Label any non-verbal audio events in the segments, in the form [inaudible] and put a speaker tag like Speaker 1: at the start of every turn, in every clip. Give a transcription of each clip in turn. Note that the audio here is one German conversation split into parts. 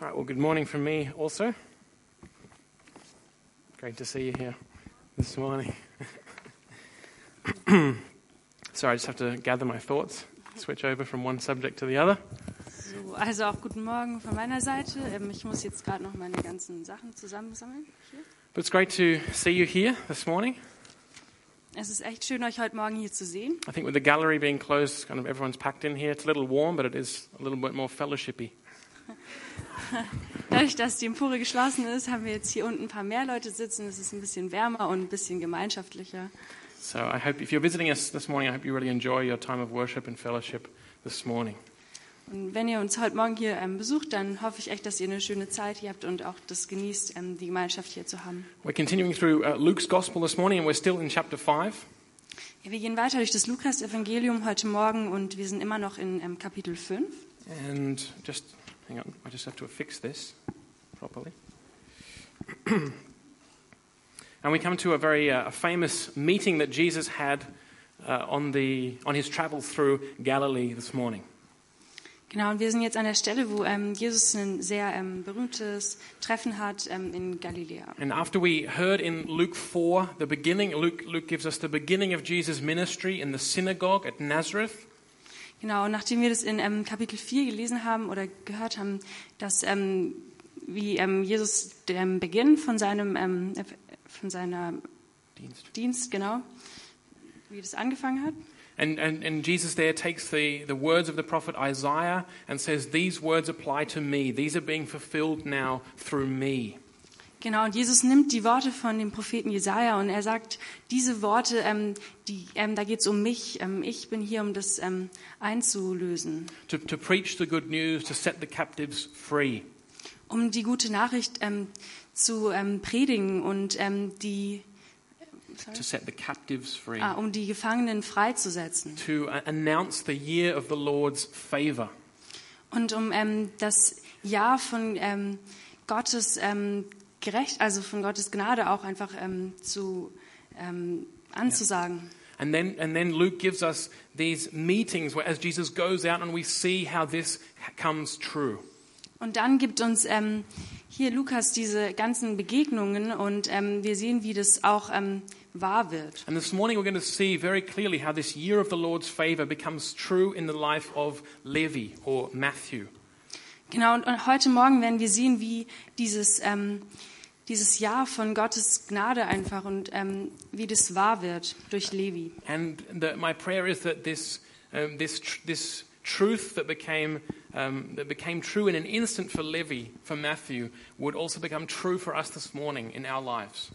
Speaker 1: All right, well, good morning from me also. Great to see you here this morning. [coughs] so I just have to gather my thoughts, switch over from one subject to the other.
Speaker 2: So, also auch guten Morgen von meiner Seite. Ähm, Ich muss jetzt gerade noch meine ganzen Sachen zusammensammeln. Hier.
Speaker 1: But it's great to see you here this morning.
Speaker 2: Es ist echt schön, euch heute Morgen hier zu sehen.
Speaker 1: I think with the gallery being closed, kind of everyone's packed in here. It's a little warm, but it is a little bit more fellowshipy.
Speaker 2: Dadurch, dass die Empore geschlossen ist, haben wir jetzt hier unten ein paar mehr Leute sitzen. Es ist ein bisschen wärmer und ein bisschen gemeinschaftlicher.
Speaker 1: So I hope if you're visiting us this morning, I hope you really enjoy your time of worship and fellowship this morning.
Speaker 2: Und wenn ihr uns heute Morgen hier ähm, besucht, dann hoffe ich echt, dass ihr eine schöne Zeit hier habt und auch das genießt, ähm, die Gemeinschaft hier zu haben.
Speaker 1: We're continuing through uh, Luke's Gospel this morning, and we're still in chapter 5.
Speaker 2: Ja, wir gehen weiter durch das Lukas-Evangelium heute Morgen und wir sind immer noch in ähm, Kapitel 5.
Speaker 1: And just hang on, I just have to affix this properly. and we come to a very uh, famous meeting that Jesus had uh, on, the, on his travels through Galilee this morning.
Speaker 2: Genau, und wir sind jetzt an der Stelle, wo ähm, Jesus ein sehr ähm, berühmtes Treffen hat ähm, in Galiläa.
Speaker 1: And after we heard in Luke 4, the beginning, Luke, Luke gives us the beginning of Jesus' ministry in the synagogue at Nazareth.
Speaker 2: Genau, und nachdem wir das in ähm, Kapitel 4 gelesen haben oder gehört haben, dass ähm, wie ähm, Jesus den Beginn von seinem ähm, äh, von seiner Dienst, genau, wie das angefangen hat.
Speaker 1: And, and, and Jesus there takes the, the words of the prophet Isaiah and says, These words apply to me. These are being fulfilled now through me.
Speaker 2: Genau, und Jesus nimmt die Worte von dem Propheten Jesaja und er sagt, diese Worte, ähm, die, ähm, da geht es um mich, ähm, ich bin hier, um das ähm, einzulösen.
Speaker 1: to, to preach the good news, to set the captives free.
Speaker 2: um die gute Nachricht ähm, zu ähm, predigen und ähm, die,
Speaker 1: To set the captives free.
Speaker 2: ah, um die Gefangenen freizusetzen
Speaker 1: To uh, announce the year of the Lord's favor.
Speaker 2: und um ähm, das Jahr von ähm, Gottes ähm, gerecht, also von Gottes Gnade auch einfach ähm, zu ähm, anzusagen.
Speaker 1: And then, and then Luke gives us these meetings where as Jesus goes out and we see how this comes true.
Speaker 2: Und dann gibt uns ähm, hier Lukas diese ganzen Begegnungen und ähm, wir sehen, wie das auch ähm, wahr wird.
Speaker 1: And this morning we're going to see very clearly how this year of the Lord's favor becomes true in the life of Levi or Matthew.
Speaker 2: Genau, und, und heute Morgen werden wir sehen, wie dieses, ähm, dieses Jahr von Gottes Gnade einfach und ähm, wie das wahr wird durch Levi.
Speaker 1: And the, my prayer is that this, um, this, tr- this truth that became, um, that became true in an instant for Levi, for Matthew, would also become true for us this morning in our lives.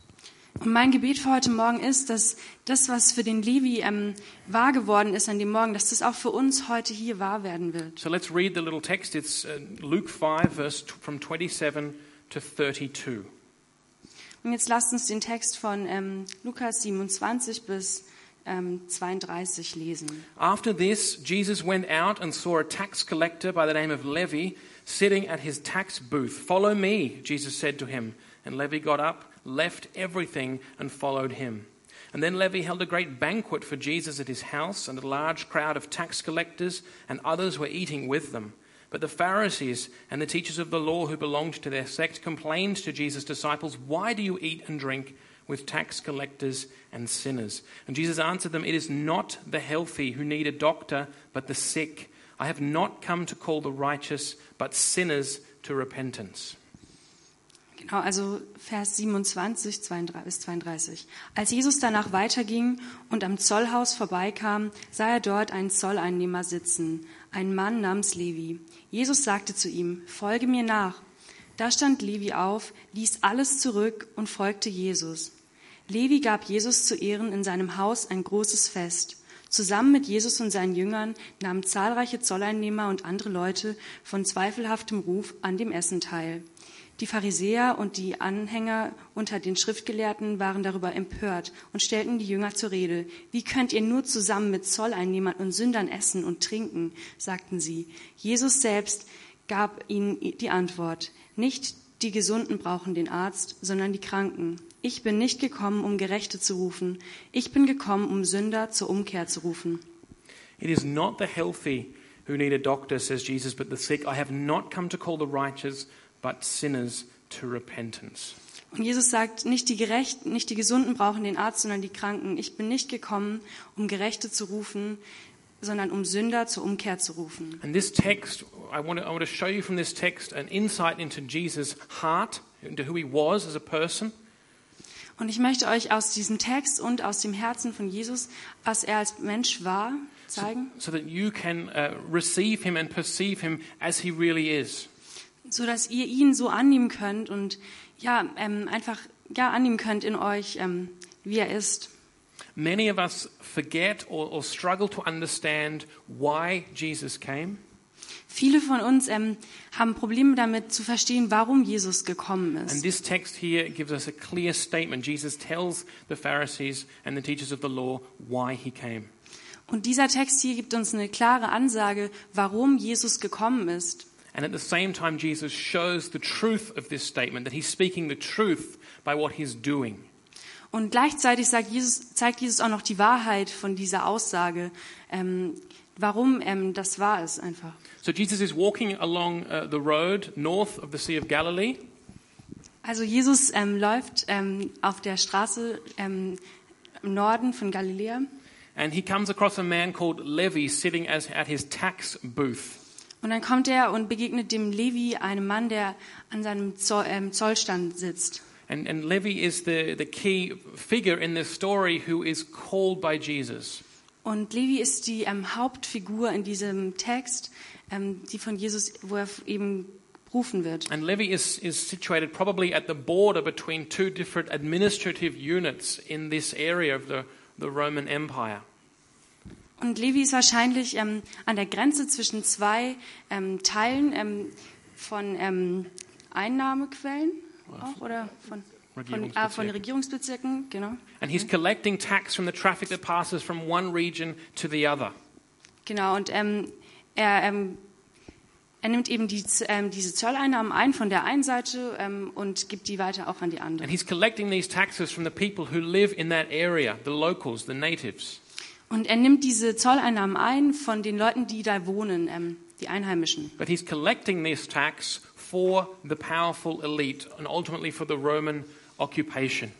Speaker 2: Und mein Gebet für heute Morgen ist, dass das, was für den Levi ähm, wahr geworden ist an dem Morgen, dass das auch für uns heute hier wahr werden wird.
Speaker 1: So let's read the little text. It's uh, Luke 5, verse t- from 27 to 32.
Speaker 2: Und jetzt lasst uns den Text von ähm, Lukas 27 bis ähm, 32 lesen.
Speaker 1: After this, Jesus went out and saw a tax collector by the name of Levi sitting at his tax booth. Follow me, Jesus said to him. And Levi got up, left everything, and followed him. And then Levi held a great banquet for Jesus at his house, and a large crowd of tax collectors and others were eating with them. But the Pharisees and the teachers of the law who belonged to their sect complained to Jesus' disciples, Why do you eat and drink with tax collectors and sinners? And Jesus answered them, It is not the healthy who need a doctor, but the sick. I have not come to call the righteous, but sinners to repentance.
Speaker 2: Genau, also Vers 27 32 bis 32. Als Jesus danach weiterging und am Zollhaus vorbeikam, sah er dort einen Zolleinnehmer sitzen, einen Mann namens Levi. Jesus sagte zu ihm, folge mir nach. Da stand Levi auf, ließ alles zurück und folgte Jesus. Levi gab Jesus zu Ehren in seinem Haus ein großes Fest. Zusammen mit Jesus und seinen Jüngern nahmen zahlreiche Zolleinnehmer und andere Leute von zweifelhaftem Ruf an dem Essen teil. Die Pharisäer und die Anhänger unter den Schriftgelehrten waren darüber empört und stellten die Jünger zur Rede. Wie könnt ihr nur zusammen mit Zolleinnehmern und Sündern essen und trinken? sagten sie. Jesus selbst gab ihnen die Antwort. Nicht die Gesunden brauchen den Arzt, sondern die Kranken. Ich bin nicht gekommen, um Gerechte zu rufen. Ich bin gekommen, um Sünder zur Umkehr zu rufen.
Speaker 1: It is not the healthy who need a doctor, says Jesus, but the sick. I have not come to call the righteous, but sinners to repentance.
Speaker 2: Und Jesus sagt, nicht die Gerechten, nicht die Gesunden brauchen den Arzt, sondern die Kranken. Ich bin nicht gekommen, um Gerechte zu rufen, sondern um Sünder zur Umkehr zu rufen.
Speaker 1: And this text, I want, to, I want to show you from this text an insight into Jesus' heart, into who he was as a person,
Speaker 2: Und ich möchte euch aus diesem Text und aus dem Herzen von Jesus, was er als Mensch war, zeigen,
Speaker 1: so that you can uh, receive him and perceive him as he really is.
Speaker 2: so dass ihr ihn so annehmen könnt und ja, ähm, einfach ja annehmen könnt in euch, ähm, wie er ist.
Speaker 1: Many of us forget or, or struggle to understand why Jesus came.
Speaker 2: Viele von uns ähm, haben Probleme damit zu verstehen, warum Jesus gekommen
Speaker 1: And
Speaker 2: ist.
Speaker 1: this text here gives us a clear statement. Jesus tells the Pharisees and the teachers of the law why he came.
Speaker 2: Und dieser Text hier gibt uns eine klare Ansage, warum Jesus gekommen ist.
Speaker 1: And at the same time, Jesus shows the truth of this statement, that he's speaking the truth by what he's doing.
Speaker 2: Und gleichzeitig sagt Jesus, zeigt Jesus auch noch die Wahrheit von dieser Aussage, ähm, warum ähm, das wahr ist einfach.
Speaker 1: So Jesus is walking along uh, the road north of the Sea of Galilee,
Speaker 2: Also Jesus ähm, läuft ähm, auf der Straße ähm, im Norden von Galiläa
Speaker 1: and he comes across a man called Levi sitting as, at his tax booth.
Speaker 2: und dann kommt er und begegnet dem Levi, einem Mann, der an seinem Zoll, ähm, Zollstand sitzt.
Speaker 1: And, and Levi is the, the key figure in this story who is called by Jesus.
Speaker 2: Und Levi ist die ähm, Hauptfigur in diesem Text, ähm, die von Jesus, wo er eben berufen wird.
Speaker 1: And Levi is, is situated probably at the border between two different administrative units in this area of the, the Roman Empire.
Speaker 2: Und Levi ist wahrscheinlich ähm, an der Grenze zwischen zwei ähm, Teilen ähm, von ähm, Einnahmequellen auch oder von, von, ah, von
Speaker 1: Regierungsbezirken.
Speaker 2: Regierungsbezirken, genau.
Speaker 1: And he's collecting tax from the traffic that passes from one region to the other.
Speaker 2: Genau, und ähm, er, ähm, er nimmt eben die, Z- ähm, diese Zolleinnahmen ein von der einen Seite ähm, und gibt die weiter auch an die andere.
Speaker 1: And he's collecting these taxes from the people who live in that area, the locals, the natives.
Speaker 2: Und er nimmt diese Zolleinnahmen ein von den Leuten, die da wohnen, ähm, die Einheimischen.
Speaker 1: But he's collecting this tax for the powerful elite and ultimately for the Roman occupation.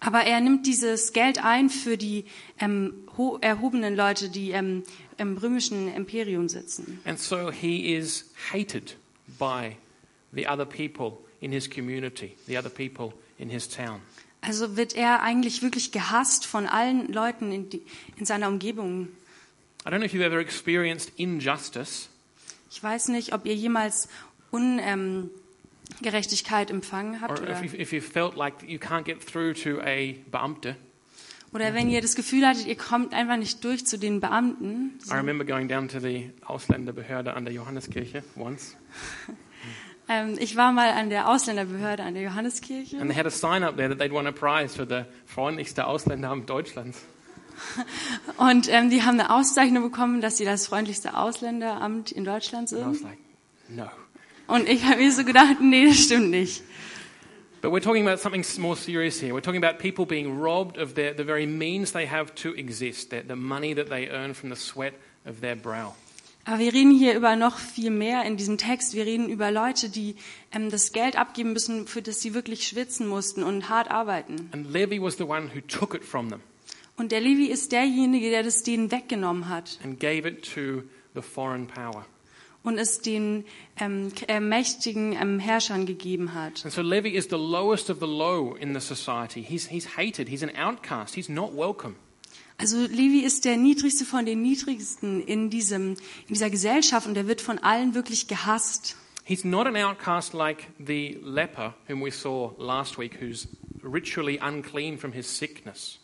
Speaker 2: Aber er nimmt dieses Geld ein für die ähm, ho- erhobenen Leute, die ähm, im römischen Imperium sitzen.
Speaker 1: And so he is hated by the other people in his community, the other people in his town.
Speaker 2: Also wird er eigentlich wirklich gehasst von allen Leuten in, die, in seiner Umgebung.
Speaker 1: I don't know if you've ever experienced injustice,
Speaker 2: Ich weiß nicht, ob ihr jemals Ungerechtigkeit empfangen habt
Speaker 1: or
Speaker 2: oder,
Speaker 1: if you've, if you've felt like you can't get through to a Beamte.
Speaker 2: oder wenn ihr das Gefühl hattet, ihr kommt einfach nicht durch zu den Beamten.
Speaker 1: I remember going down to the Ausländerbehörde under Johanneskirche once,
Speaker 2: Ähm, ich war mal an der Ausländerbehörde an der Johanneskirche.
Speaker 1: and they had a sign up there that they'd won a prize for the freundlichste Ausländeramt Deutschlands.
Speaker 2: Und ähm, die haben eine Auszeichnung bekommen, dass sie das freundlichste Ausländeramt in Deutschland
Speaker 1: And I was
Speaker 2: sind.
Speaker 1: like, no.
Speaker 2: Und ich habe mir so gedacht, nee, das stimmt nicht.
Speaker 1: But we're talking about something s- more serious here. We're talking about people being robbed of their, the very means they have to exist, the, the money that they earn from the sweat of their brow.
Speaker 2: Aber wir reden hier über noch viel mehr in diesem Text. Wir reden über Leute, die ähm, das Geld abgeben müssen, für das sie wirklich schwitzen mussten und hart arbeiten.
Speaker 1: And Levi was the one who took it from them
Speaker 2: Und der Levi ist derjenige, der das denen weggenommen hat
Speaker 1: and gave it to the foreign power.
Speaker 2: und es den ähm, k- äh, mächtigen ähm, Herrschern gegeben hat.
Speaker 1: And so Levi is the lowest of the low in the society. He's, he's hated, he's an outcast, he's not welcome.
Speaker 2: Also Levi ist der niedrigste von den niedrigsten in diesem in dieser Gesellschaft und er wird von allen wirklich gehasst.
Speaker 1: He's not an outcast like the leper whom we saw last week, who's ritually unclean from his sickness.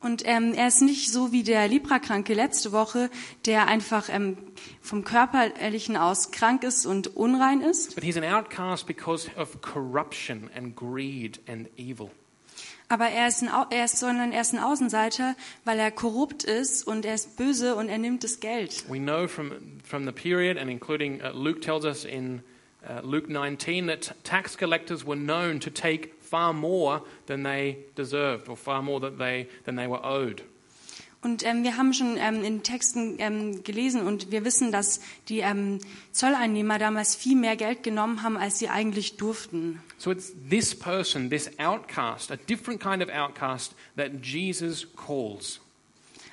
Speaker 2: Und ähm, er ist nicht so wie der Leprakranke letzte Woche, der einfach ähm, vom körperlichen aus krank ist und unrein ist.
Speaker 1: But he's an outcast because of corruption and greed and evil.
Speaker 2: Aber er ist, ein, Au- er ist sondern er ist ein Außenseiter, weil er korrupt ist und er ist böse und er nimmt das Geld.
Speaker 1: We know from, from the period, and including uh, Luke tells us in uh, Luke 19, that t- tax collectors were known to take far more than they deserved, or far more that they, than they were owed.
Speaker 2: Und ähm, wir haben schon ähm, in Texten ähm, gelesen und wir wissen, dass die ähm, Zolleinnehmer damals viel mehr Geld genommen haben, als sie eigentlich durften.
Speaker 1: So it's this person, this outcast, a different kind of outcast that Jesus calls.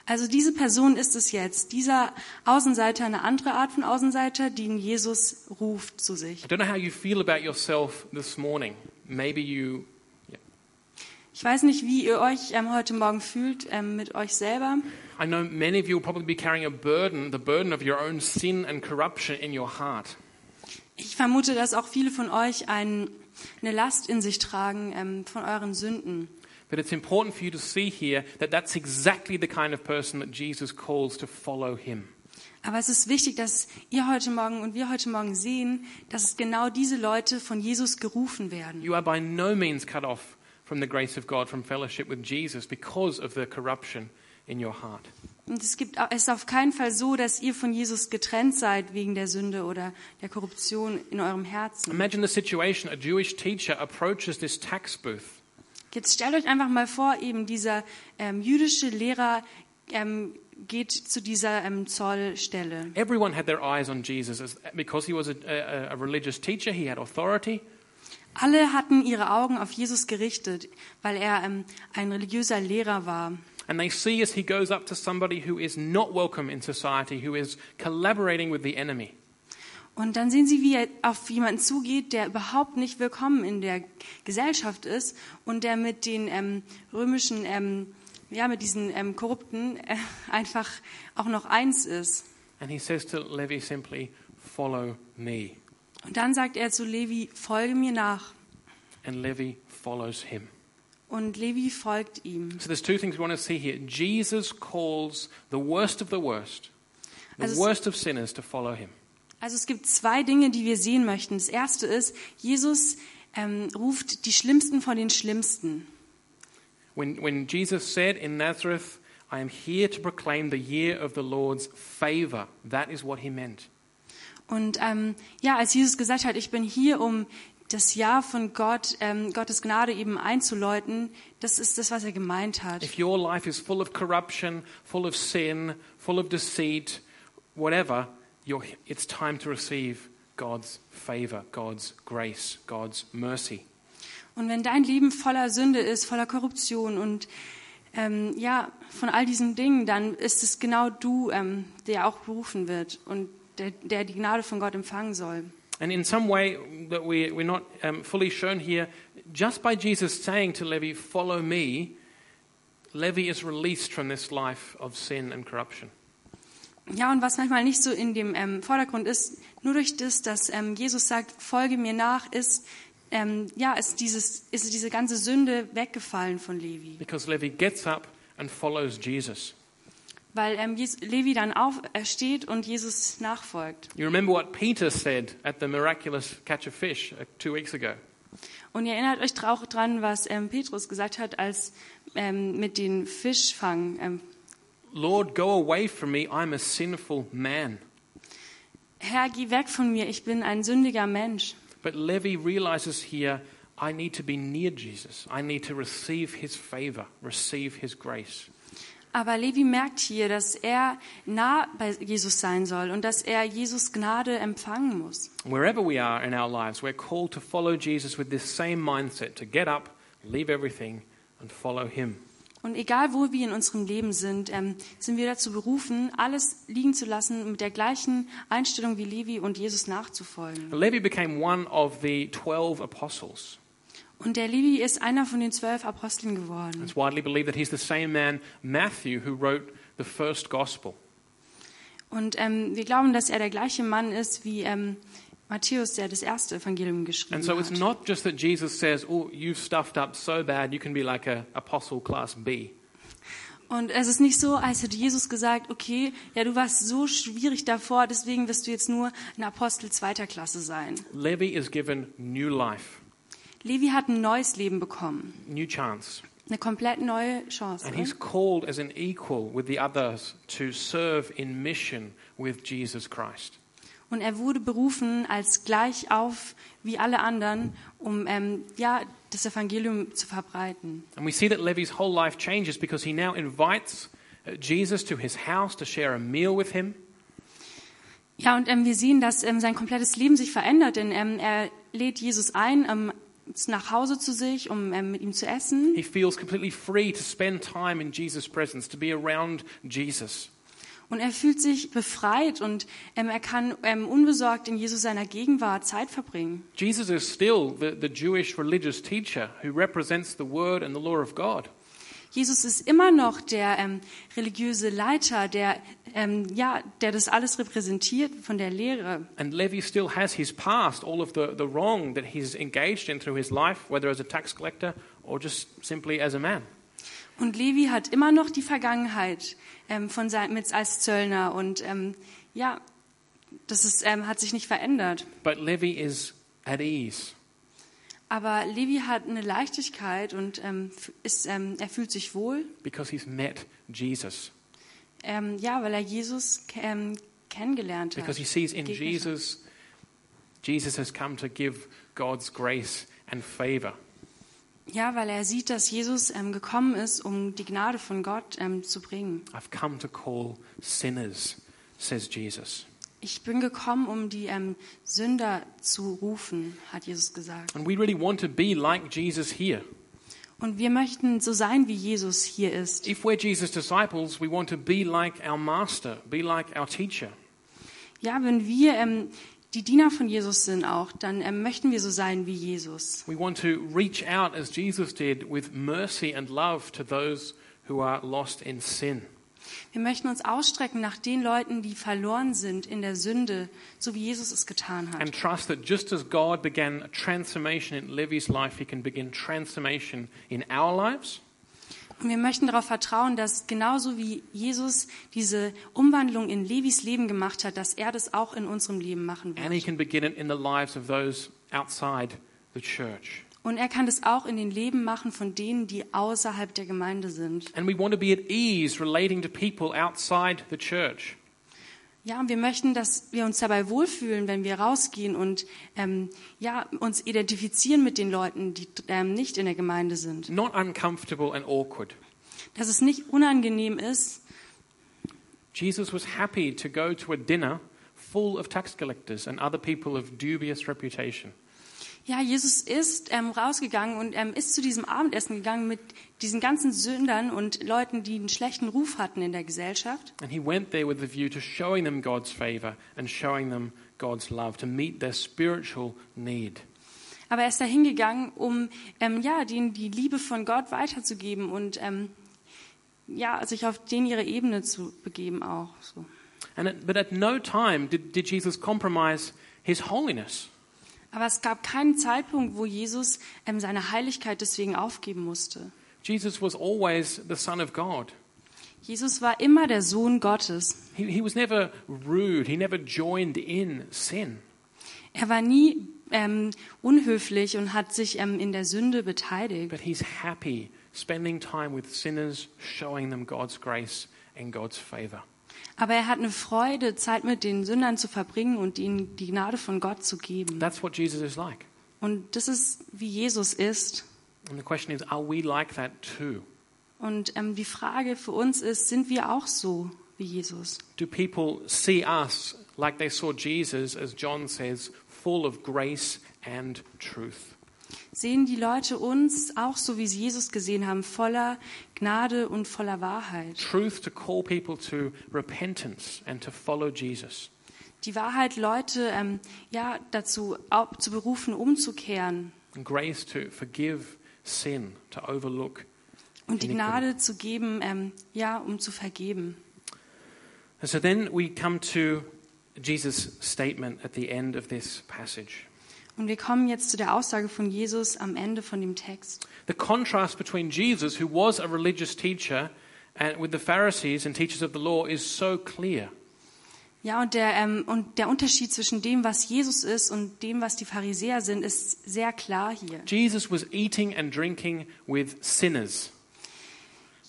Speaker 2: Also diese Person ist es jetzt, dieser Außenseiter, eine andere Art von Außenseiter, den Jesus ruft zu sich.
Speaker 1: I don't know how you feel about yourself this morning. Maybe you,
Speaker 2: Ich weiß nicht, wie ihr euch ähm, heute Morgen fühlt ähm, mit euch selber.
Speaker 1: I know many of you will probably be carrying a burden, the burden of your own sin and corruption in your heart.
Speaker 2: Ich vermute, dass auch viele von euch ein, eine Last in sich tragen ähm, von euren Sünden.
Speaker 1: But it's important for you to see here that that's exactly the kind of person that Jesus calls to follow him.
Speaker 2: Aber es ist wichtig, dass ihr heute Morgen und wir heute Morgen sehen, dass es genau diese Leute von Jesus gerufen werden.
Speaker 1: You are by no means cut off from the grace of God, from fellowship with Jesus, because of the corruption in your heart.
Speaker 2: Und es gibt, es ist auf keinen Fall so, dass ihr von Jesus getrennt seid wegen der Sünde oder der Korruption in eurem Herzen.
Speaker 1: Imagine the situation a Jewish teacher approaches this tax booth.
Speaker 2: Jetzt stellt euch einfach mal vor, eben dieser ähm, jüdische Lehrer ähm, geht zu dieser ähm, Zollstelle.
Speaker 1: Everyone had their eyes on Jesus as, because he was a, a, a religious teacher, he had authority.
Speaker 2: Alle hatten ihre Augen auf Jesus gerichtet, weil er ähm, ein religiöser Lehrer war.
Speaker 1: And they see as he goes up to somebody who is not welcome in society, who is collaborating with the enemy.
Speaker 2: Und dann sehen sie, wie er auf jemanden zugeht, der überhaupt nicht willkommen in der Gesellschaft ist und der mit den ähm, römischen, ähm, ja, mit diesen ähm, Korrupten äh, [laughs] einfach auch noch eins ist.
Speaker 1: And he says to Levi simply, Follow me.
Speaker 2: Und dann sagt er zu Levi, folge mir nach.
Speaker 1: And Levi follows him.
Speaker 2: Und Levi folgt ihm.
Speaker 1: So there's two things we want to see here. Jesus calls the worst of the worst, the
Speaker 2: As-
Speaker 1: worst of sinners to follow him.
Speaker 2: Also es gibt zwei Dinge, die wir sehen möchten. Das erste ist, Jesus ähm, ruft die Schlimmsten von den Schlimmsten.
Speaker 1: When, when Jesus said in Nazareth, I am here to proclaim the year of the Lord's favor, that is what he meant.
Speaker 2: Und ähm, ja, als Jesus gesagt hat, ich bin hier, um das Jahr von Gott, ähm, Gottes Gnade eben einzuläuten, das ist das, was er gemeint hat.
Speaker 1: If your life is full of corruption, full of sin, full of deceit, whatever, you're, it's time to receive God's favor, God's grace, God's mercy.
Speaker 2: Und wenn dein Leben voller Sünde ist, voller Korruption und ähm, ja, von all diesen Dingen, dann ist es genau du, ähm, der auch berufen wird und der, der die Gnade von Gott empfangen soll.
Speaker 1: And in some way that we, we're not um, fully shown here, just by Jesus saying to Levi, Follow me, Levi is released from this life of sin and corruption.
Speaker 2: Ja, und was manchmal nicht so in dem ähm, Vordergrund ist, nur durch das, dass ähm, Jesus sagt, folge mir nach, ist, ähm, ja, ist, dieses, ist diese ganze Sünde weggefallen von Levi.
Speaker 1: Because Levi gets up and follows Jesus.
Speaker 2: Weil ähm, Jes Levi dann aufersteht und Jesus nachfolgt.
Speaker 1: You remember what Peter said at the miraculous catch of fish uh, two weeks ago.
Speaker 2: Und ihr erinnert euch auch dran, was ähm, Petrus gesagt hat, als ähm, mit den Fischfang. Ähm,
Speaker 1: Lord, go away from me, I'm a sinful man.
Speaker 2: Herr, geh weg von mir, ich bin ein sündiger Mensch.
Speaker 1: But Levi realizes here, I need to be near Jesus. I need to receive his favor, receive his grace.
Speaker 2: Aber Levi merkt hier, dass er nah bei Jesus sein soll und dass er Jesus Gnade empfangen muss.
Speaker 1: Wherever we are in our lives, we're called to follow Jesus with this same mindset to get up, leave everything, and follow him.
Speaker 2: Und egal wo wir in unserem Leben sind, ähm, sind wir dazu berufen, alles liegen zu lassen, mit der gleichen Einstellung wie Levi und Jesus nachzufolgen.
Speaker 1: Levi became one of the 12 apostles.
Speaker 2: Und der Levi ist einer von den zwölf Aposteln geworden.
Speaker 1: It's widely believed that he's the same man, Matthew, who wrote the first gospel.
Speaker 2: Und ähm, wir glauben, dass er der gleiche Mann ist wie ähm, Matthäus, der das erste Evangelium geschrieben
Speaker 1: And so it's
Speaker 2: hat.
Speaker 1: not just that Jesus says, Oh, you've stuffed up so bad, you can be like a apostle class B.
Speaker 2: Und es ist nicht so, als hätte Jesus gesagt, okay, ja, du warst so schwierig davor, deswegen wirst du jetzt nur ein Apostel zweiter Klasse sein.
Speaker 1: Levi is given new life,
Speaker 2: Levi hat ein neues Leben bekommen,
Speaker 1: new chance.
Speaker 2: eine komplett neue Chance.
Speaker 1: And he's called as an equal with the others to serve in mission with Jesus Christ.
Speaker 2: Und er wurde berufen als gleich auf wie alle anderen, um ähm, ja, das Evangelium zu verbreiten.
Speaker 1: And we see that Levi's whole life changes because he now invites uh, Jesus to his house to share a meal with him.
Speaker 2: Ja, und ähm, wir sehen, dass ähm, sein komplettes Leben sich verändert, denn ähm, er lädt Jesus ein, ähm, nach Hause zu sich, um ähm, mit ihm zu essen.
Speaker 1: He feels completely free to spend time in Jesus' presence, to be around Jesus.
Speaker 2: Und er fühlt sich befreit und ähm, er kann ähm, unbesorgt in Jesus seiner Gegenwart Zeit verbringen.
Speaker 1: Jesus is still the, the Jewish religious teacher who represents the word and the law of God.
Speaker 2: Jesus ist immer noch der ähm, religiöse Leiter, der, ähm, ja, der das alles repräsentiert von der Lehre.
Speaker 1: And Levi still has his past, all of the, the wrong that he's engaged in through his life, whether as a tax collector or just simply as a man.
Speaker 2: Und Levi hat immer noch die Vergangenheit ähm, von sein, mit, als Zöllner und ähm, ja, das ist, ähm, hat sich nicht verändert.
Speaker 1: But Levi is at ease.
Speaker 2: Aber Levi hat eine Leichtigkeit und ähm, f- ist, ähm, er fühlt sich wohl,
Speaker 1: because he's met Jesus,
Speaker 2: ähm, ja, weil er Jesus ke- ähm, kennengelernt
Speaker 1: because he
Speaker 2: hat.
Speaker 1: sees in
Speaker 2: Gegner.
Speaker 1: Jesus, Jesus has come to give God's grace and favor.
Speaker 2: Ja, weil er sieht, dass Jesus ähm, gekommen ist, um die Gnade von Gott ähm, zu bringen.
Speaker 1: I've come to call sinners, says Jesus.
Speaker 2: Ich bin gekommen, um die ähm, Sünder zu rufen, hat Jesus gesagt.
Speaker 1: And we really want to be like Jesus here.
Speaker 2: Und wir möchten so sein, wie Jesus hier ist.
Speaker 1: If we're Jesus' disciples, we want to be like our master, be like our teacher.
Speaker 2: Ja, wenn wir ähm, die Diener von Jesus sind auch, dann ähm, möchten wir so sein wie Jesus.
Speaker 1: We want to reach out as Jesus did with mercy and love to those who are lost in sin.
Speaker 2: Wir möchten uns ausstrecken nach den Leuten, die verloren sind in der Sünde, so wie Jesus es getan
Speaker 1: And
Speaker 2: hat.
Speaker 1: trust that just as God began a transformation in Levi's life, he can begin transformation in our lives.
Speaker 2: Und wir möchten darauf vertrauen, dass genauso wie Jesus diese Umwandlung in Levis Leben gemacht hat, dass er das auch in unserem Leben machen
Speaker 1: And
Speaker 2: wird.
Speaker 1: he can begin it in the lives of those outside the church.
Speaker 2: Und er kann das auch in den Leben machen von denen, die außerhalb der Gemeinde sind.
Speaker 1: And we want to be at ease relating to people outside the church.
Speaker 2: Ja, und wir möchten, dass wir uns dabei wohlfühlen, wenn wir rausgehen und ähm, ja, uns identifizieren mit den Leuten, die ähm, nicht in der Gemeinde sind.
Speaker 1: Not uncomfortable and awkward.
Speaker 2: Dass es nicht unangenehm ist.
Speaker 1: Jesus was happy to go to a dinner full of tax collectors and other people of dubious reputation.
Speaker 2: Ja, Jesus ist ähm, rausgegangen und ähm, ist zu diesem Abendessen gegangen mit diesen ganzen Sündern und Leuten, die einen schlechten Ruf hatten in der Gesellschaft.
Speaker 1: And he went there with the view to showing them God's favor and showing them God's love to meet their spiritual need.
Speaker 2: Aber er ist da hingegangen, um ähm, ja, denen die Liebe von Gott weiterzugeben und ähm, ja, sich auf den ihre Ebene zu begeben auch. So.
Speaker 1: And at, but at no time did, did Jesus compromise his holiness.
Speaker 2: Aber es gab keinen Zeitpunkt, wo Jesus ähm, seine Heiligkeit deswegen aufgeben musste.
Speaker 1: Jesus was always the Son of God.
Speaker 2: Jesus war immer der Sohn Gottes.
Speaker 1: He, he was never rude, he never joined in sin.
Speaker 2: Er war nie ähm, unhöflich und hat sich ähm, in der Sünde beteiligt.
Speaker 1: But he's happy spending time with sinners, showing them God's grace and God's favor.
Speaker 2: Aber er hat eine Freude, Zeit mit den Sündern zu verbringen und ihnen die Gnade von Gott zu geben.
Speaker 1: That's what Jesus is like.
Speaker 2: Und das ist, wie Jesus ist.
Speaker 1: And the question is, are we like that too?
Speaker 2: Und ähm, die Frage für uns ist, sind wir auch so wie Jesus?
Speaker 1: Do people see us like they saw Jesus, as John says, full of grace and truth?
Speaker 2: Sehen die Leute uns auch so, wie sie Jesus gesehen haben, voller Gnade und voller Wahrheit?
Speaker 1: Truth to call people to repentance and to follow Jesus.
Speaker 2: Die Wahrheit, Leute ähm, ja, dazu auch zu berufen, umzukehren
Speaker 1: And grace to forgive sin, to overlook.
Speaker 2: und die
Speaker 1: Iniquity.
Speaker 2: Gnade zu geben, ähm, ja, um zu vergeben.
Speaker 1: And so then we come to Jesus' statement at the end of this passage.
Speaker 2: Und wir kommen jetzt zu der Aussage von Jesus am Ende von dem Text.
Speaker 1: The contrast between Jesus, who was a religious teacher, and with the Pharisees and teachers of the law is so clear.
Speaker 2: Ja, und der, ähm, und der Unterschied zwischen dem, was Jesus ist und dem, was die Pharisäer sind, ist sehr klar hier.
Speaker 1: Jesus was eating and drinking with sinners,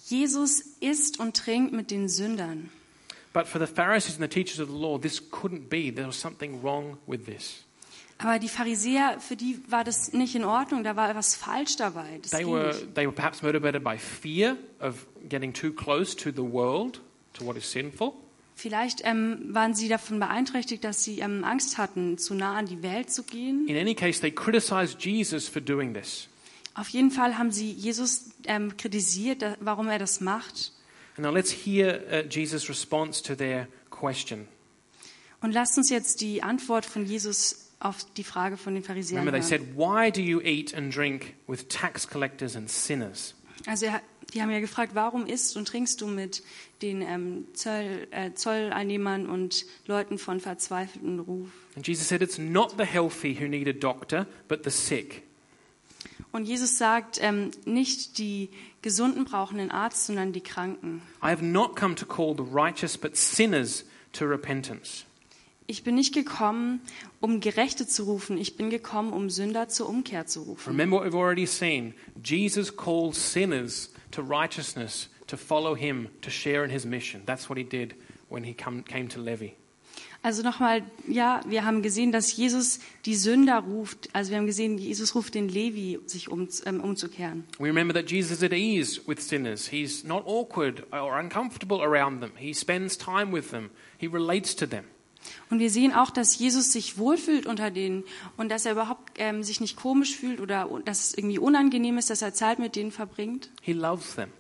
Speaker 2: Jesus isst und trinkt mit den Sündern.
Speaker 1: but for the Pharisees and the teachers of the law, this couldn't be. There was something wrong with this.
Speaker 2: Aber die Pharisäer, für die war das nicht in Ordnung, da war was falsch dabei. Das
Speaker 1: They
Speaker 2: ging
Speaker 1: were,
Speaker 2: nicht.
Speaker 1: they were perhaps motivated by fear of getting too close to the world, to what is sinful.
Speaker 2: Vielleicht ähm, waren sie davon beeinträchtigt, dass sie ähm, Angst hatten, zu nah an die Welt zu gehen.
Speaker 1: In any case, they criticized Jesus for doing this.
Speaker 2: Auf jeden Fall haben sie Jesus ähm, kritisiert, da, warum er das macht.
Speaker 1: And now let's hear uh, Jesus' response to their question.
Speaker 2: Und lasst uns jetzt die Antwort von Jesus auf die Frage von den Pharisäern
Speaker 1: Remember, they
Speaker 2: hören.
Speaker 1: said, Why do you eat and drink with tax collectors and sinners?
Speaker 2: Also er, die haben ja gefragt, warum isst und trinkst du mit den ähm, Zoll, äh, Zolleinnehmern und Leuten von verzweifeltem Ruf?
Speaker 1: And Jesus said, It's not the healthy who need a doctor, but the sick.
Speaker 2: Und Jesus sagt, ähm, nicht die Gesunden brauchen einen Arzt, sondern die Kranken.
Speaker 1: I have not come to call the righteous, but sinners to repentance.
Speaker 2: Ich bin nicht gekommen, um Gerechte zu rufen, ich bin gekommen, um Sünder zur Umkehr zu rufen.
Speaker 1: Remember what we've already seen. Jesus calls sinners to righteousness, to follow him, to share in his mission. That's what he did when he come, came to Levi.
Speaker 2: Also nochmal, ja, wir haben gesehen, dass Jesus die Sünder ruft. Also wir haben gesehen, Jesus ruft den Levi, sich um, ähm, umzukehren.
Speaker 1: We remember that Jesus is at ease with sinners. He's not awkward or uncomfortable around them. He spends time with them. He relates to them.
Speaker 2: Und wir sehen auch, dass Jesus sich wohlfühlt unter denen und dass er überhaupt ähm, sich nicht komisch fühlt oder un- dass es irgendwie unangenehm ist, dass er Zeit mit denen verbringt.
Speaker 1: He loves them.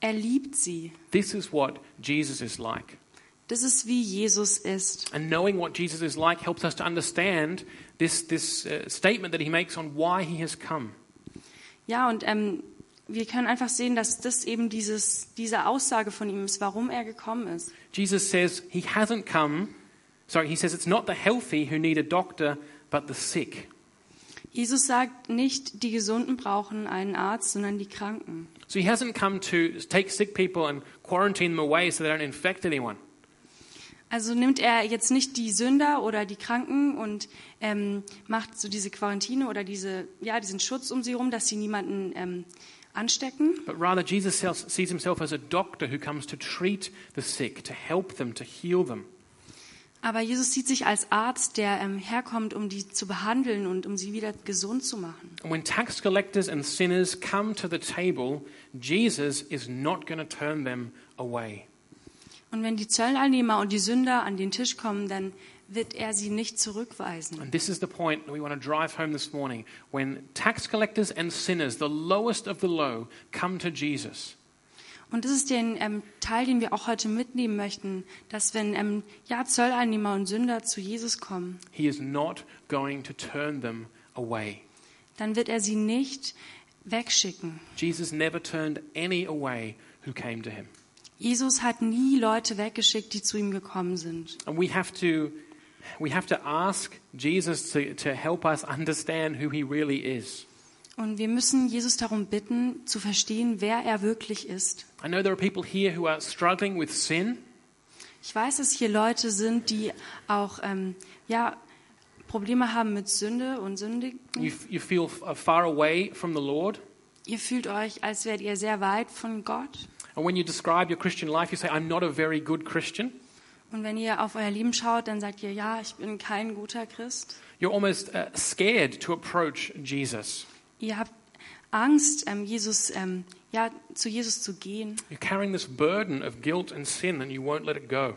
Speaker 2: Er liebt sie.
Speaker 1: This is what Jesus is like.
Speaker 2: Das ist wie Jesus ist.
Speaker 1: And knowing what Jesus is like helps us to understand this, this uh, statement that he makes on why he has come.
Speaker 2: Ja, und ähm, wir können einfach sehen, dass das eben dieses, diese Aussage von ihm ist, warum er gekommen ist.
Speaker 1: Jesus says he hasn't come, sorry, he says it's not the healthy who need a doctor, but the sick.
Speaker 2: Jesus sagt nicht, die Gesunden brauchen einen Arzt, sondern die Kranken.
Speaker 1: So he hasn't come to take sick people and quarantine them away so they don't infect anyone.
Speaker 2: Also nimmt er jetzt nicht die Sünder oder die Kranken und ähm, macht so diese Quarantäne oder diese, ja, diesen Schutz um sie herum, dass sie niemanden ähm, anstecken,
Speaker 1: But rather, Jesus self- sees himself as a doctor who comes to treat the sick, to help them, to heal them.
Speaker 2: aber Jesus sieht sich als Arzt, der ähm, herkommt, um die zu behandeln und um sie wieder gesund zu machen.
Speaker 1: And when tax collectors and sinners come to the table, Jesus is not going to turn them away.
Speaker 2: Und wenn die Zölleinnehmer und die Sünder an den Tisch kommen, dann wird er sie nicht zurückweisen.
Speaker 1: And this is the point that we want to drive home this morning. When tax collectors and sinners, the lowest of the low, come to Jesus,
Speaker 2: Und das ist der ähm, Teil, den wir auch heute mitnehmen möchten, dass wenn ähm, ja, Zölleinnehmer und Sünder zu Jesus kommen,
Speaker 1: he is not going to turn them away.
Speaker 2: dann wird er sie nicht wegschicken.
Speaker 1: Jesus never turned any away who came to him.
Speaker 2: Jesus hat nie Leute weggeschickt, die zu ihm gekommen sind.
Speaker 1: And we have to, we have to ask Jesus to, to help us understand who he really is.
Speaker 2: Und wir müssen Jesus darum bitten, zu verstehen, wer er wirklich ist.
Speaker 1: I know there are people here who are struggling with sin,
Speaker 2: Ich weiß, dass hier Leute sind, die auch ähm, ja, Probleme haben mit Sünde und Sündigen.
Speaker 1: you, f- you feel f- uh, far away from the Lord.
Speaker 2: Ihr fühlt euch, als wärt ihr sehr weit von Gott.
Speaker 1: And when you describe your Christian life, you say, I'm not a very good Christian.
Speaker 2: Und wenn ihr auf euer Leben schaut, dann sagt ihr, ja, ich bin kein guter Christ.
Speaker 1: You're almost uh, scared to approach Jesus.
Speaker 2: Ihr habt Angst, ähm, Jesus, ähm, ja, zu Jesus zu gehen.
Speaker 1: You're carrying this burden of guilt and sin and you won't let it go.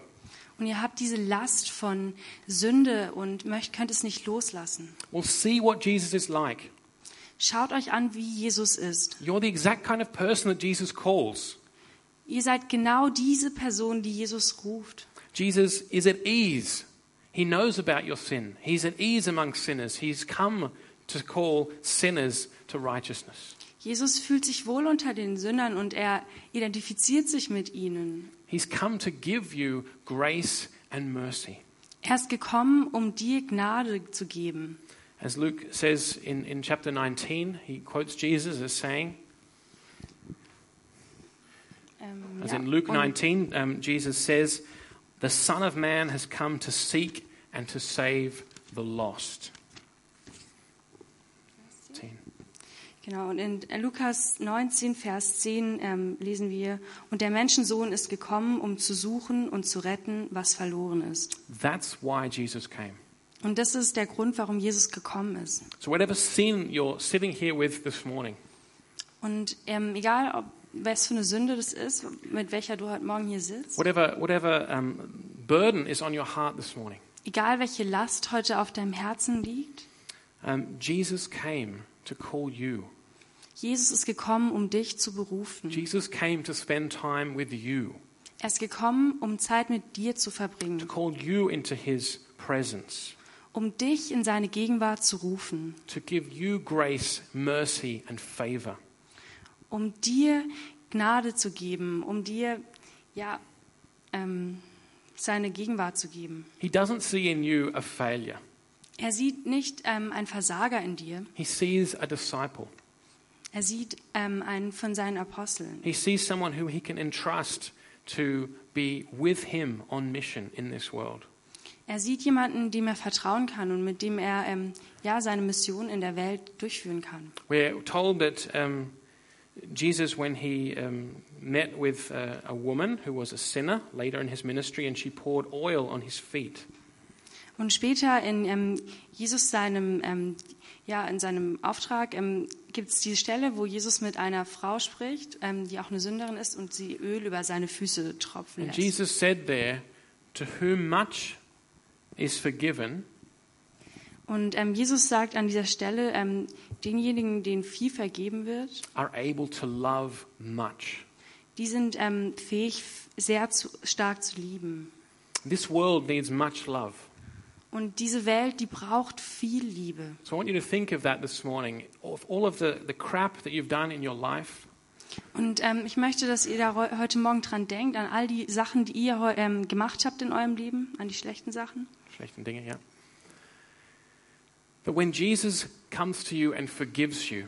Speaker 2: Und ihr habt diese Last von Sünde und möcht, könnt es nicht loslassen.
Speaker 1: Well, see what Jesus is like.
Speaker 2: Schaut euch an, wie Jesus ist.
Speaker 1: You're the exact kind of person that Jesus calls.
Speaker 2: Ihr seid genau diese Person, die Jesus ruft.
Speaker 1: Jesus is at ease. He knows about your sin. He's at ease among sinners. He's come to call sinners to righteousness.
Speaker 2: Jesus fühlt sich wohl unter den Sündern und er identifiziert sich mit ihnen.
Speaker 1: He's come to give you grace and mercy.
Speaker 2: Er ist gekommen, um dir Gnade zu geben.
Speaker 1: As Luke says in, in chapter 19, he quotes Jesus as saying,
Speaker 2: Ähm,
Speaker 1: as Also
Speaker 2: ja.
Speaker 1: in Luke
Speaker 2: und,
Speaker 1: 19, um, Jesus says, The Son of Man has come to seek and to save the lost. 19.
Speaker 2: genau, und in Lukas 19, Vers 10 ähm, lesen wir, und der Menschensohn ist gekommen, um zu suchen und zu retten, was verloren ist.
Speaker 1: That's why Jesus came.
Speaker 2: Und das ist der Grund, warum Jesus gekommen ist.
Speaker 1: So, whatever sin you're sitting here with this morning,
Speaker 2: Und ähm, egal, ob, was für eine Sünde das ist, mit welcher du heute Morgen hier sitzt,
Speaker 1: whatever, whatever um, burden is on your heart this morning,
Speaker 2: egal welche Last heute auf deinem Herzen liegt,
Speaker 1: um, Jesus came to call you.
Speaker 2: Jesus ist gekommen, um dich zu berufen.
Speaker 1: Jesus came to spend time with you,
Speaker 2: Er ist gekommen, um Zeit mit dir zu
Speaker 1: to
Speaker 2: verbringen,
Speaker 1: call you into his presence,
Speaker 2: um dich in seine Gegenwart zu rufen,
Speaker 1: to give you grace, mercy, and favor.
Speaker 2: um dir Gnade zu geben, um dir ja ähm, seine Gegenwart zu geben.
Speaker 1: He doesn't see in you a failure,
Speaker 2: Er sieht nicht ähm, einen Versager in dir,
Speaker 1: he sees a disciple.
Speaker 2: er sieht ähm, einen von seinen Aposteln.
Speaker 1: He sees someone whom he can entrust to be with him on mission in this world.
Speaker 2: Er sieht jemanden, dem er vertrauen kann und mit dem er ähm, ja seine Mission in der Welt durchführen kann.
Speaker 1: We're told that um, Jesus, when he um, met with uh, a woman who was a sinner later in his ministry, and she poured oil on his feet,
Speaker 2: Und später in ähm, Jesus seinem ähm, ja in seinem Auftrag ähm, gibt es die Stelle, wo Jesus mit einer Frau spricht, ähm, die auch eine Sünderin ist und sie Öl über seine Füße tropfen
Speaker 1: and
Speaker 2: lässt.
Speaker 1: Jesus said there, "To whom much is forgiven,
Speaker 2: Und ähm, Jesus sagt an dieser Stelle, ähm, denjenigen, denen viel vergeben wird,
Speaker 1: are able to love much."
Speaker 2: die sind ähm, fähig, f- sehr zu, stark zu lieben.
Speaker 1: This world needs much love.
Speaker 2: Und diese Welt, die braucht viel Liebe.
Speaker 1: So I want you to think of that this morning. Of all of the, the crap that you've done in your life,
Speaker 2: Und ähm, ich möchte, dass ihr da heu- heute Morgen dran denkt, an all die Sachen, die ihr heu- ähm, gemacht habt in eurem Leben, an die schlechten Sachen.
Speaker 1: schlechten Dinge, ja. But when Jesus comes to you and forgives you,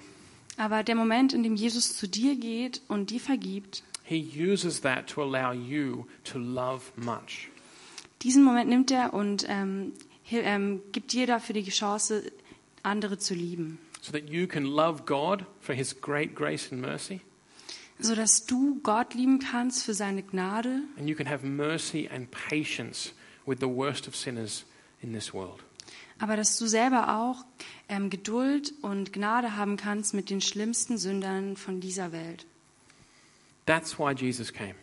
Speaker 2: Aber der Moment, in dem Jesus zu dir geht und dir vergibt,
Speaker 1: he uses that to allow you to love much.
Speaker 2: diesen Moment nimmt er und ähm, hi- ähm, gibt dir dafür die Chance, andere zu lieben.
Speaker 1: So that you can love God for his great grace and mercy,
Speaker 2: Sodass du Gott lieben kannst für seine Gnade
Speaker 1: and you can have mercy and patience with the worst of sinners in this world.
Speaker 2: Aber dass du selber auch ähm, Geduld und Gnade haben kannst mit den schlimmsten Sündern von dieser Welt.
Speaker 1: That's why Jesus came,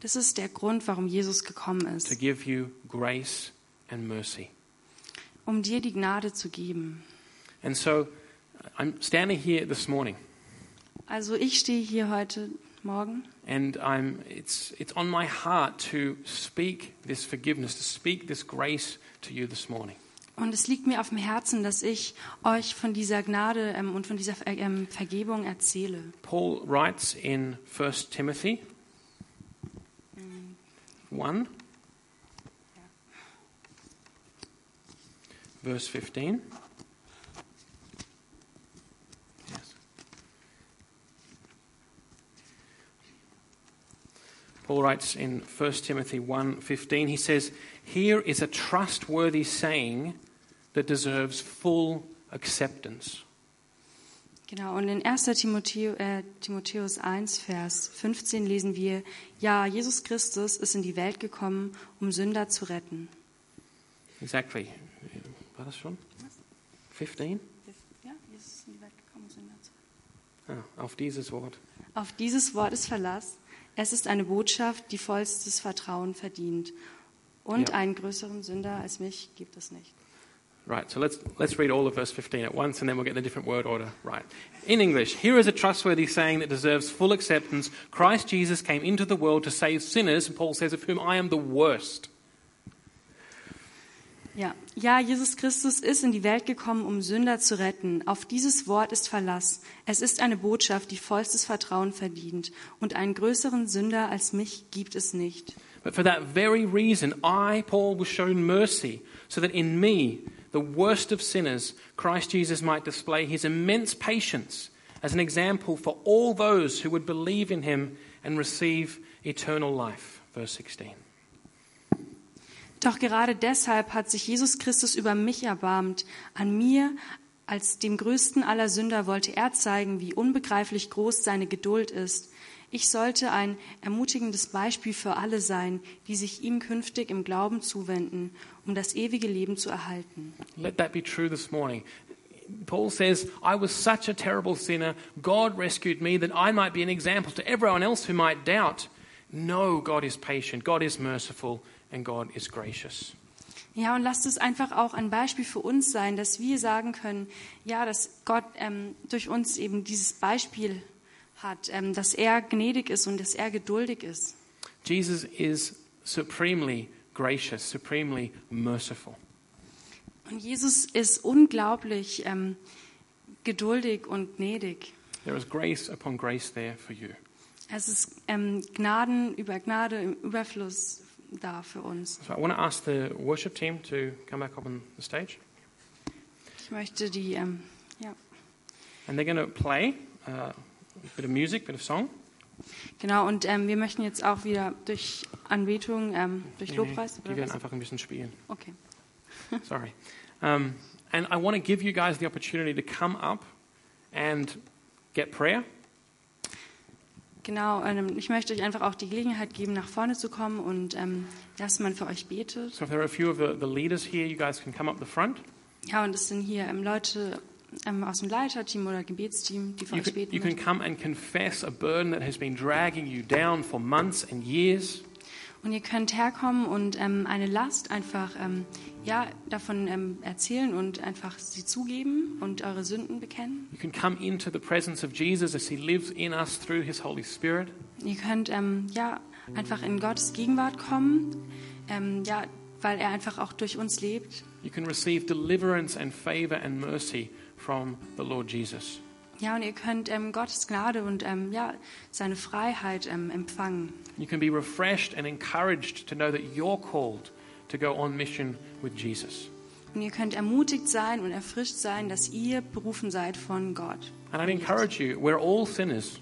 Speaker 2: Das ist der Grund, warum Jesus gekommen
Speaker 1: to
Speaker 2: ist,
Speaker 1: give you grace and mercy.
Speaker 2: um dir die Gnade zu geben.
Speaker 1: And so uh, I'm standing here this morning,
Speaker 2: Also ich stehe hier heute Morgen
Speaker 1: and I'm, it's, it's on my heart to speak this forgiveness, to speak this grace to you this morning.
Speaker 2: und es liegt mir auf dem Herzen, dass ich euch von dieser Gnade ähm, und von dieser Ver ähm, Vergebung erzähle.
Speaker 1: Paul writes in 1 Timothy 1, verse 15. Yes. Paul writes in 1 Timothy 1:15 he says here is a trustworthy saying that deserves full acceptance
Speaker 2: Genau, und in 1. Timotheo, äh, Timotheus 1, Vers 15 lesen wir, ja, Jesus Christus ist in die Welt gekommen, um Sünder zu retten.
Speaker 1: Exactly. War das schon? 15?
Speaker 2: Ja, Jesus ist in die Welt gekommen, um Sünder zu
Speaker 1: Ah, auf dieses Wort.
Speaker 2: Auf dieses Wort ist Verlass. Es ist eine Botschaft, die vollstes Vertrauen verdient. Und
Speaker 1: Ja.
Speaker 2: einen größeren Sünder als mich gibt es nicht.
Speaker 1: Right, so let's, let's read all of verse 15 at once and then we'll get the different word order right. In English, here is a trustworthy saying that deserves full acceptance. Christ Jesus came into the world to save sinners, and Paul says, of whom I am the worst.
Speaker 2: Ja. ja, Jesus Christus ist in die Welt gekommen, um Sünder zu retten. Auf dieses Wort ist Verlass. Es ist eine Botschaft, die vollstes Vertrauen verdient. Und einen größeren Sünder als mich gibt es nicht.
Speaker 1: But for that very reason, I, Paul, was shown mercy, so that in me, the worst of sinners, Christ Jesus might display his immense patience as an example for all those who would believe in him and receive eternal life. Verse 16.
Speaker 2: Doch gerade deshalb hat sich Jesus Christus über mich erbarmt. An mir, als dem größten aller Sünder, wollte er zeigen, wie unbegreiflich groß seine Geduld ist. Ich sollte ein ermutigendes Beispiel für alle sein, die sich ihm künftig im Glauben zuwenden um das ewige Leben zu erhalten.
Speaker 1: Let that be true this morning. Paul says, I was such a terrible sinner. God rescued me that I might be an example to everyone else who might doubt. No, God is patient, God is merciful, and God is gracious.
Speaker 2: Ja, und lasst es einfach auch ein Beispiel für uns sein, dass wir sagen können, ja, dass Gott ähm, durch uns eben dieses Beispiel hat, ähm, dass er gnädig ist und dass er geduldig ist.
Speaker 1: Jesus is supremely gracious, supremely merciful.
Speaker 2: Und Jesus ist unglaublich ähm, geduldig und gnädig.
Speaker 1: There is grace upon grace there for you.
Speaker 2: Es ist ähm, Gnaden über Gnade im Überfluss da für uns.
Speaker 1: So I want to ask the worship team to come back up on the stage.
Speaker 2: Ich möchte die, ähm, ja,
Speaker 1: And they're going to play uh, a bit of music, bit of song.
Speaker 2: genau, und ähm, wir möchten jetzt auch wieder durch Anbetung, ähm, durch
Speaker 1: Nee,
Speaker 2: Lobpreis.
Speaker 1: nee, Die
Speaker 2: Oder
Speaker 1: werden
Speaker 2: was?
Speaker 1: einfach ein bisschen spielen.
Speaker 2: Okay.
Speaker 1: Sorry. Um, and I want to give you guys the opportunity to come up and get prayer.
Speaker 2: Genau, ähm, ich möchte euch einfach auch die Gelegenheit geben, nach vorne zu kommen und ähm, dass man für euch betet.
Speaker 1: So if there are a few of the, the leaders here, you guys can come up the front.
Speaker 2: Ja, und es sind hier ähm, Leute ähm, aus dem Leiterteam oder Gebetsteam, die für
Speaker 1: You
Speaker 2: euch
Speaker 1: can,
Speaker 2: beten
Speaker 1: you can
Speaker 2: möchten.
Speaker 1: come and confess a burden that has been dragging you down for months and years.
Speaker 2: Und ihr könnt herkommen und ähm, eine Last einfach ähm, ja, davon ähm, erzählen und einfach sie zugeben und eure Sünden bekennen.
Speaker 1: You can come into the presence of Jesus as he lives in us through his Holy Spirit.
Speaker 2: Ihr könnt ähm, ja, einfach in Gottes Gegenwart kommen, ähm, ja, weil er einfach auch durch uns lebt.
Speaker 1: You can receive deliverance and favor and mercy from the Lord Jesus.
Speaker 2: Ja, und ihr könnt ähm, Gottes Gnade und ähm, ja, seine Freiheit ähm, empfangen.
Speaker 1: You can be refreshed and encouraged to know that you're called to go on mission with Jesus.
Speaker 2: Und ihr könnt ermutigt sein und erfrischt sein, dass ihr berufen seid von Gott.
Speaker 1: And I'd encourage you, we're all sinners.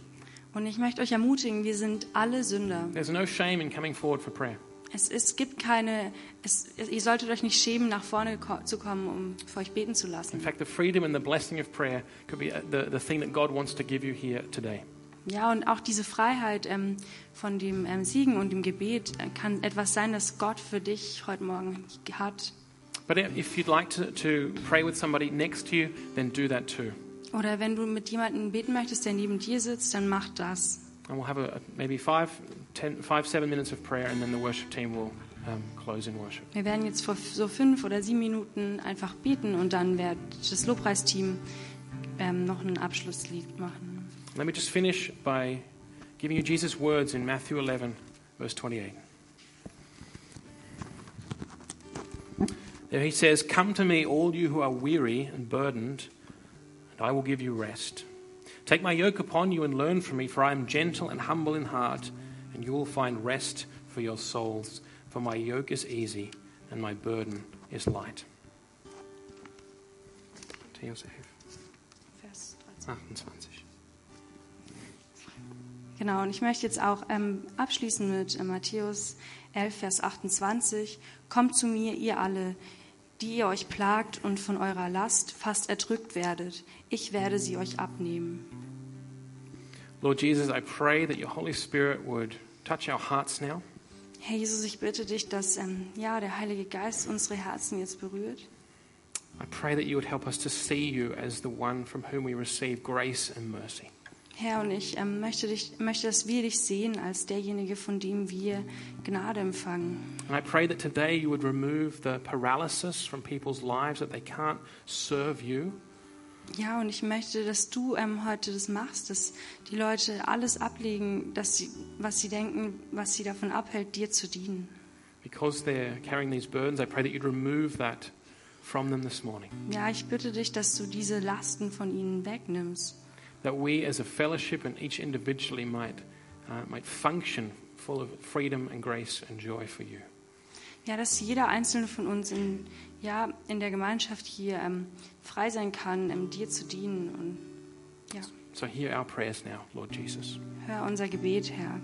Speaker 2: Und ich möchte euch ermutigen, wir sind alle Sünder.
Speaker 1: There's no shame in coming forward for prayer.
Speaker 2: Es, es gibt keine, es, es, ihr solltet euch nicht schämen, nach vorne ko zu kommen, um für euch beten zu
Speaker 1: In
Speaker 2: lassen.
Speaker 1: fact, the freedom and the blessing of prayer could be uh, the, the thing that God wants to give you here today.
Speaker 2: Ja, und auch diese Freiheit ähm, von dem ähm, Siegen und dem Gebet äh, kann etwas sein, das Gott für dich heute Morgen hat.
Speaker 1: But i- if you'd like to, to pray with somebody next to you, then do that too.
Speaker 2: Oder wenn du mit jemandem beten möchtest, der neben dir sitzt, dann mach das.
Speaker 1: And we'll have a, maybe five, ten, five, seven minutes of prayer, and then the worship team will um, close in worship.
Speaker 2: Wir werden jetzt vor so fünf oder sieben Minuten einfach beten und dann wird das Lobpreisteam ähm, noch ein Abschlusslied machen.
Speaker 1: Let me just finish by giving you Jesus' words in Matthew 11, verse 28. There he says, Come to me, all you who are weary and burdened, and I will give you rest. Take my yoke upon you and learn from me, for I am gentle and humble in heart, and you will find rest for your souls. For my yoke is easy and my burden is light. To Joseph.
Speaker 2: Vers 13.
Speaker 1: Ah, 28.
Speaker 2: Genau, und ich möchte jetzt auch ähm, abschließen mit äh, Matthäus 11, Vers 28. Kommt zu mir, ihr alle, die ihr euch plagt und von eurer Last fast erdrückt werdet. Ich werde sie euch abnehmen.
Speaker 1: Lord Jesus, I pray that your Holy Spirit would touch our hearts now,
Speaker 2: Herr Jesus, ich bitte dich, dass ähm, ja, der Heilige Geist unsere Herzen jetzt berührt.
Speaker 1: I pray that you would help us to see you as the one from whom we receive grace and mercy.
Speaker 2: Herr, und ich ähm, möchte, dich, möchte, dass wir dich sehen als derjenige, von dem wir Gnade empfangen.
Speaker 1: And I pray that today you would remove the paralysis from people's lives that they can't serve you,
Speaker 2: Ja, und ich möchte, dass du ähm, heute das machst, dass die Leute alles ablegen, dass sie, was sie denken, was sie davon abhält, dir zu dienen.
Speaker 1: because they're carrying these burdens. I pray that you'd remove that from them this morning.
Speaker 2: Ja, ich bitte dich, dass du diese Lasten von ihnen wegnimmst.
Speaker 1: That we as a fellowship and each individually might, uh, might function full of freedom and grace and joy for you.
Speaker 2: Ja, dass jeder einzelne von uns in, ja, in der Gemeinschaft hier ähm, frei sein kann, ähm, dir zu dienen. Und ja,
Speaker 1: So hear our prayers now, Lord Jesus.
Speaker 2: hör unser Gebet, Herr.